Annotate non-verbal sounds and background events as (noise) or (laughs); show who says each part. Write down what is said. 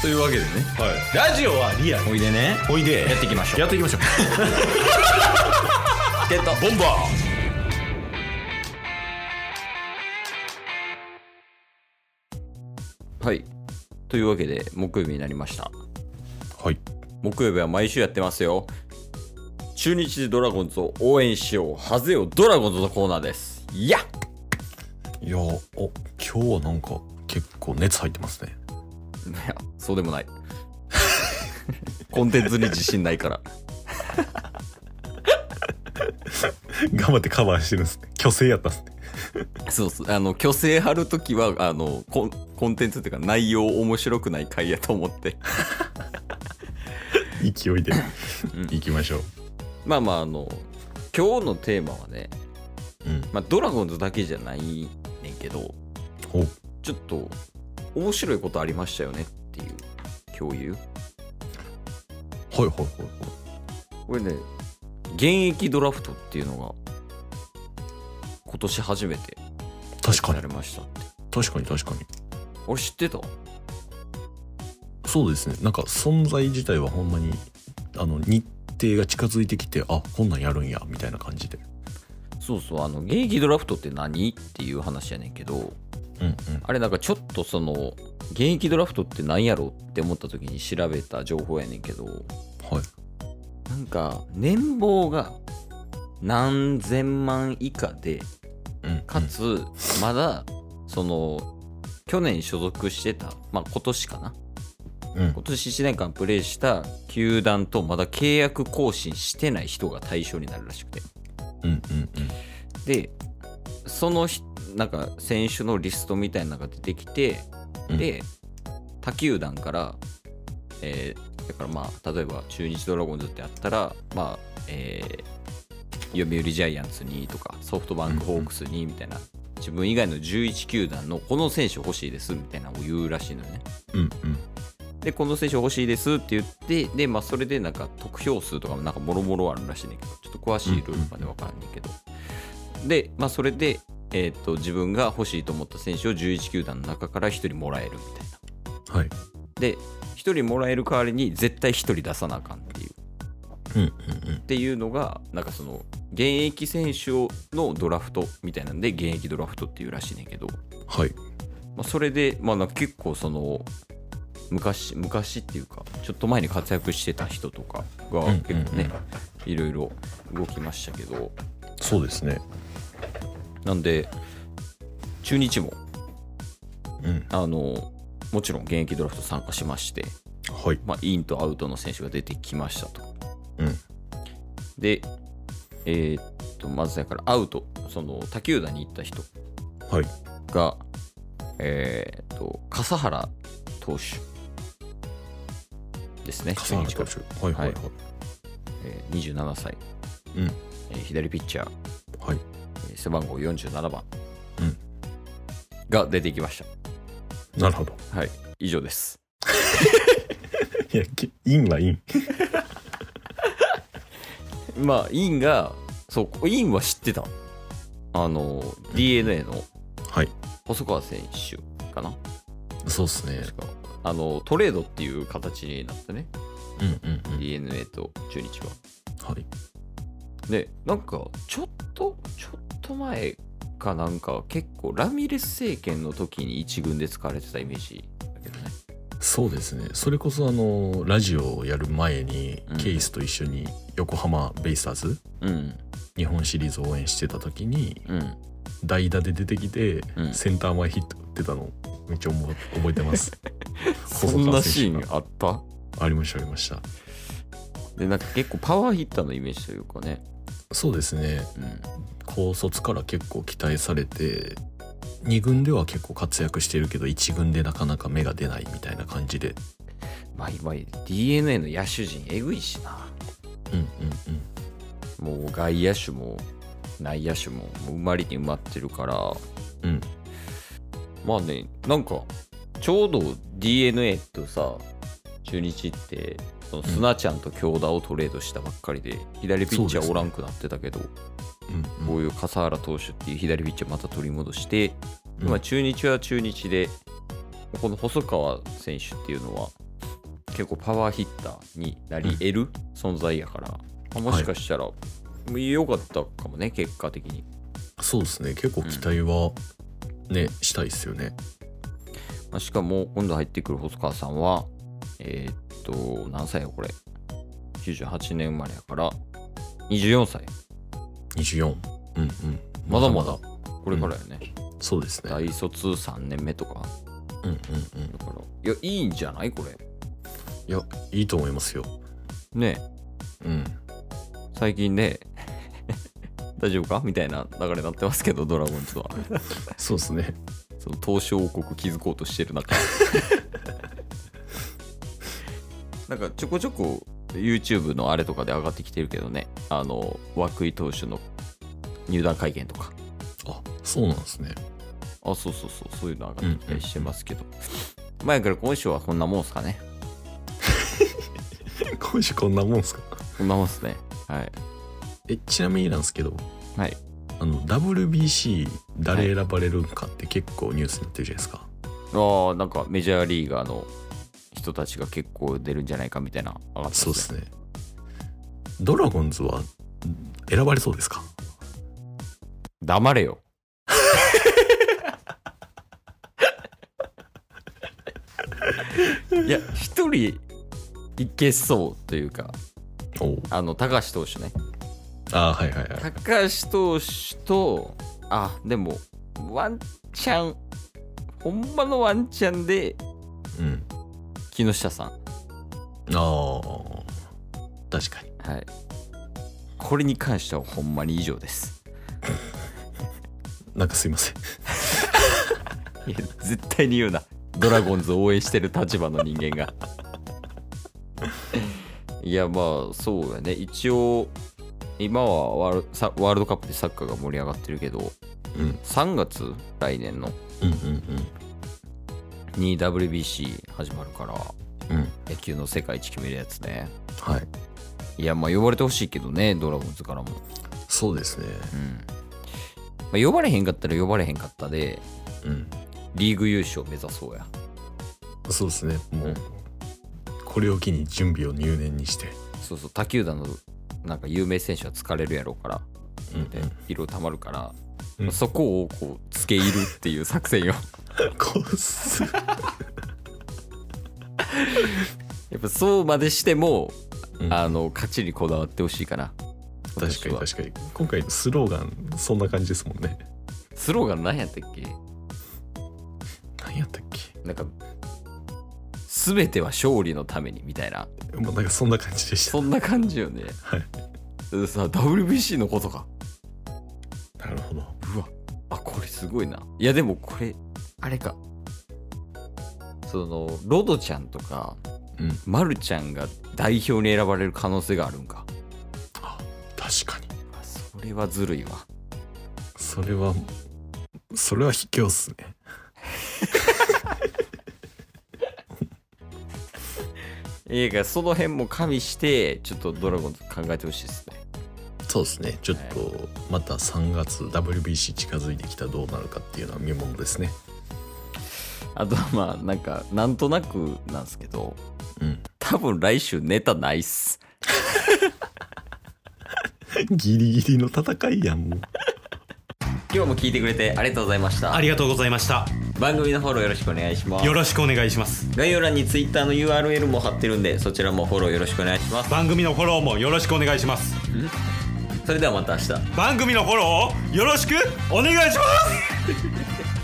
Speaker 1: というわけでね
Speaker 2: はい、ラジオはリアル
Speaker 1: おいでね
Speaker 2: おいで
Speaker 1: やっていきましょう
Speaker 2: やっていきましょう
Speaker 1: ゲット
Speaker 2: ボンバ
Speaker 1: はいというわけで木曜日になりました
Speaker 2: ーはい
Speaker 1: 木曜日は毎週やってますよ中日ドラゴンズを応援しようハゼよドラゴンズのコーナーですいや (laughs)
Speaker 2: いやーお今日はなんか結構熱入ってますね (laughs)
Speaker 1: いやそうでもない (laughs) コンテンツに自信ないから
Speaker 2: 頑張ってカバーしてるんですね虚勢やったんですね
Speaker 1: そうそうあの虚勢張るときはあのコンコンテンツっていうか内容面白くない回やと思って (laughs)
Speaker 2: 勢いで行きましょう
Speaker 1: まあまああの今日のテーマはね、
Speaker 2: うん
Speaker 1: まあ、ドラゴンズだけじゃないねんけど
Speaker 2: お
Speaker 1: ちょっと面白いことありましたよねっていう共有
Speaker 2: はいはいはい
Speaker 1: これね現役ドラフトっていうのが今年初めて
Speaker 2: 確か
Speaker 1: さ
Speaker 2: に
Speaker 1: れましたって
Speaker 2: 確かに確かに
Speaker 1: 俺知ってた
Speaker 2: そうですねなんか存在自体はほんまにあの日程が近づいてきてあこんなんやるんやみたいな感じで
Speaker 1: そうそうあの現役ドラフトって何っていう話やねんけど
Speaker 2: うんうん
Speaker 1: あれなんかちょっとその現役ドラフトって何やろって思った時に調べた情報やねんけど
Speaker 2: はい
Speaker 1: なんか年俸が何千万以下で
Speaker 2: うん
Speaker 1: かつまだその去年所属してたまあ今年かな
Speaker 2: うん
Speaker 1: 今年1年間プレーした球団とまだ契約更新してない人が対象になるらしくて
Speaker 2: うんうんうん
Speaker 1: でそのひなんか選手のリストみたいなのが出てきて、
Speaker 2: うん
Speaker 1: で他球団から、えーだからまあ例えば中日ドラゴンズってあったらまあえー読売ジャイアンツにとかソフトバンクホークスにみたいな、自分以外の11球団のこの選手欲しいですみたいなのを言うらしいのよね
Speaker 2: うんうん
Speaker 1: でこの選手欲しいですって言ってでまあそれでなんか得票数とかもなんかもろもろあるらしいねんけどちょっと詳しいルールまで分からんねんけど、でまあそれでえーっと自分が欲しいと思った選手を11球団の中から1人もらえるみたいな
Speaker 2: はい
Speaker 1: で1人もらえる代わりに絶対1人出さなあかんっていうっ
Speaker 2: うんうんうん
Speaker 1: ていうのがなんかその現役選手をのドラフトみたいなんで現役ドラフトっていうらしいねんけど、
Speaker 2: はい
Speaker 1: まあ、それでまあなんか結構その昔昔っていうかちょっと前に活躍してた人とかが
Speaker 2: うん
Speaker 1: 結構ね、いろいろ動きましたけど
Speaker 2: そうですね
Speaker 1: なんで中日も
Speaker 2: うん
Speaker 1: あのもちろん現役ドラフト参加しまして、
Speaker 2: はい
Speaker 1: まあ、インとアウトの選手が出てきましたと。
Speaker 2: うん
Speaker 1: でえーっとまずだからアウトその他球団に行った人
Speaker 2: はい
Speaker 1: がえーっと笠原投手ですね
Speaker 2: 笠原
Speaker 1: 中日か
Speaker 2: 投
Speaker 1: ら
Speaker 2: 手はいはいはい
Speaker 1: えー27歳、
Speaker 2: うん
Speaker 1: えー左ピッチャー、
Speaker 2: はい
Speaker 1: えー背番号47番、
Speaker 2: うん
Speaker 1: が出てきまし
Speaker 2: なるほど
Speaker 1: た。はい、以上です。
Speaker 2: いやけインはイン
Speaker 1: まあ、インが、そう、インは知ってた。あの、d n a の
Speaker 2: はい
Speaker 1: 細川選手かな、
Speaker 2: そうですね
Speaker 1: 確かあのトレードっていう形になってね、
Speaker 2: うんうんうん
Speaker 1: d n a と中日は。
Speaker 2: はい
Speaker 1: で、なんか、ちょっと、ちょっと前かなんか、結構、ラミレス政権の時に一軍で使われてたイメージだけどね。
Speaker 2: そうですねそれこそあのラジオをやる前に、
Speaker 1: うん
Speaker 2: ケイスと一緒に横浜ベイスターズ
Speaker 1: うん、
Speaker 2: 日本シリーズを応援してた時に
Speaker 1: うん。
Speaker 2: 代打で出てきて、
Speaker 1: うん
Speaker 2: センター前ヒット打ってたのめっちゃ覚え覚えてます
Speaker 1: (laughs) そんなシーンあった
Speaker 2: ありましたありました
Speaker 1: でなんか結構パワーヒッターのイメージというかね、
Speaker 2: そうですね
Speaker 1: うん、
Speaker 2: 高卒から結構期待されて2軍では結構活躍してるけど1軍でなかなか芽が出ないみたいな感じで
Speaker 1: まあ今 d n a の野手陣えぐいしな
Speaker 2: うんうん
Speaker 1: もう外野手も内野手ももう埋まりに埋まってるから
Speaker 2: うんうん
Speaker 1: まあねなんかちょうど d n a とさ中日ってその砂ちゃんと京田をトレードしたばっかりで、左ピッチャーおらんくなってたけど、
Speaker 2: うん
Speaker 1: こういう笠原投手っていう左ピッチャーまた取り戻して、
Speaker 2: うん
Speaker 1: 今中日は中日でこの細川選手っていうのは結構パワーヒッターになり得る存在やから、あもしかしたら、良かったかもね、結果的に。
Speaker 2: そうですね結構期待はね、したいですよね
Speaker 1: まあ、しかも、今度入ってくる細川さんは、えーっと、何歳よ、これ。98年生まれやから、24歳。
Speaker 2: 24うんうん
Speaker 1: まだまだこれからやね。
Speaker 2: そうですね
Speaker 1: 大卒3年目とか。
Speaker 2: うんうんうん
Speaker 1: だから、いや、いいんじゃないこれ。
Speaker 2: いやいいと思いますよ
Speaker 1: ね
Speaker 2: うん
Speaker 1: 最近ね、 (laughs) 大丈夫かみたいな流れになってますけど、ドラゴンズは。
Speaker 2: そうですね
Speaker 1: その投資王国築こうとしてる (laughs) 中なんかちょこちょこ YouTube のあれとかで上がってきてるけどねあの涌井投手の入団会見とか
Speaker 2: あそうなんですね
Speaker 1: あそうそうそうそういうの上がってきたりしてますけど、前から今週はこんなもんすかね
Speaker 2: (laughs) 今週こんなもんすか
Speaker 1: こんなもんっすねはい
Speaker 2: えちなみになんですけど
Speaker 1: はい
Speaker 2: あの WBC 誰選ばれるんかって結構ニュースになってるじゃないですか、
Speaker 1: あーなんかメジャーリーガーの人たちが結構出るんじゃないかみたいな上がってます
Speaker 2: そう
Speaker 1: ね
Speaker 2: ですねドラゴンズは選ばれそうですか
Speaker 1: 黙 (laughs) れよいや一人いけそうというか
Speaker 2: おう
Speaker 1: あの高橋投手ね
Speaker 2: あはいはいはい
Speaker 1: 高橋投手とあでもワンチャンほんまのワンチャンで
Speaker 2: うん
Speaker 1: 木下さん
Speaker 2: あー確かに
Speaker 1: はいこれに関してはほんまに以上です
Speaker 2: なんかすいません
Speaker 1: いや (laughs) 絶対に言うなドラゴンズを応援してる立場の人間が (laughs) いやまあそうやね一応今はワールさワールドカップでサッカーが盛り上がってるけど
Speaker 2: うん
Speaker 1: 3月来年の
Speaker 2: うん
Speaker 1: に WBC 始まるから
Speaker 2: うんうんうん
Speaker 1: 野球の世界一決めるやつね
Speaker 2: はい
Speaker 1: いやまあ呼ばれてほしいけどねドラゴンズからも
Speaker 2: そうですね
Speaker 1: うん、まあ、呼ばれへんかったら呼ばれへんかったで
Speaker 2: うん
Speaker 1: リーグ優勝目指そうや
Speaker 2: そうですねもう、
Speaker 1: うん
Speaker 2: これを機に準備を入念にして
Speaker 1: そうそう他球団のなんか有名選手は疲れるやろうから
Speaker 2: うん
Speaker 1: (laughs) で疲労たまるから、
Speaker 2: うん
Speaker 1: そこをこうつけ入るっていう作 (laughs) 戦よ
Speaker 2: こうす
Speaker 1: やっぱそうまでしても、
Speaker 2: うん
Speaker 1: あの勝ちにこだわってほしいかな
Speaker 2: 確かに
Speaker 1: 私は
Speaker 2: 確かに今回のスローガンそんな感じですもんね
Speaker 1: スローガン何やったっけ
Speaker 2: 何やったっけ
Speaker 1: なんか全ては勝利のためにみたいな
Speaker 2: もうなんかそんな感じでした
Speaker 1: そんな感じよ
Speaker 2: (laughs)
Speaker 1: ね
Speaker 2: はい
Speaker 1: でさ WBC のことか
Speaker 2: なるほど
Speaker 1: うわあこれすごいないやでもこれあれかそのロドちゃんとか
Speaker 2: うん
Speaker 1: マルちゃんが代表に選ばれる可能性があるんか
Speaker 2: あ確かに
Speaker 1: あそれはずるいわ
Speaker 2: それはそれは卑怯っすね
Speaker 1: いやその辺も加味してちょっとドラゴンズ考えてほしいですね
Speaker 2: そうですねちょっとまた3月 WBC 近づいてきたらどうなるかっていうのは見ものですね
Speaker 1: あとはまあなんかなんとなくなんですけど
Speaker 2: うん
Speaker 1: 多分来週ネタないっす
Speaker 2: (laughs) ギリギリの戦いやんもう
Speaker 1: 今日も聞いてくれてありがとうございました
Speaker 3: ありがとうございました
Speaker 1: 番組のフォローよろしくお願いします
Speaker 3: よろしくお願いします
Speaker 1: 概要欄に Twitter の URL も貼ってるんでそちらもフォローよろしくお願いします
Speaker 3: 番組のフォローもよろしくお願いします
Speaker 1: それではまた明日
Speaker 3: 番組のフォローをよろしくお願いします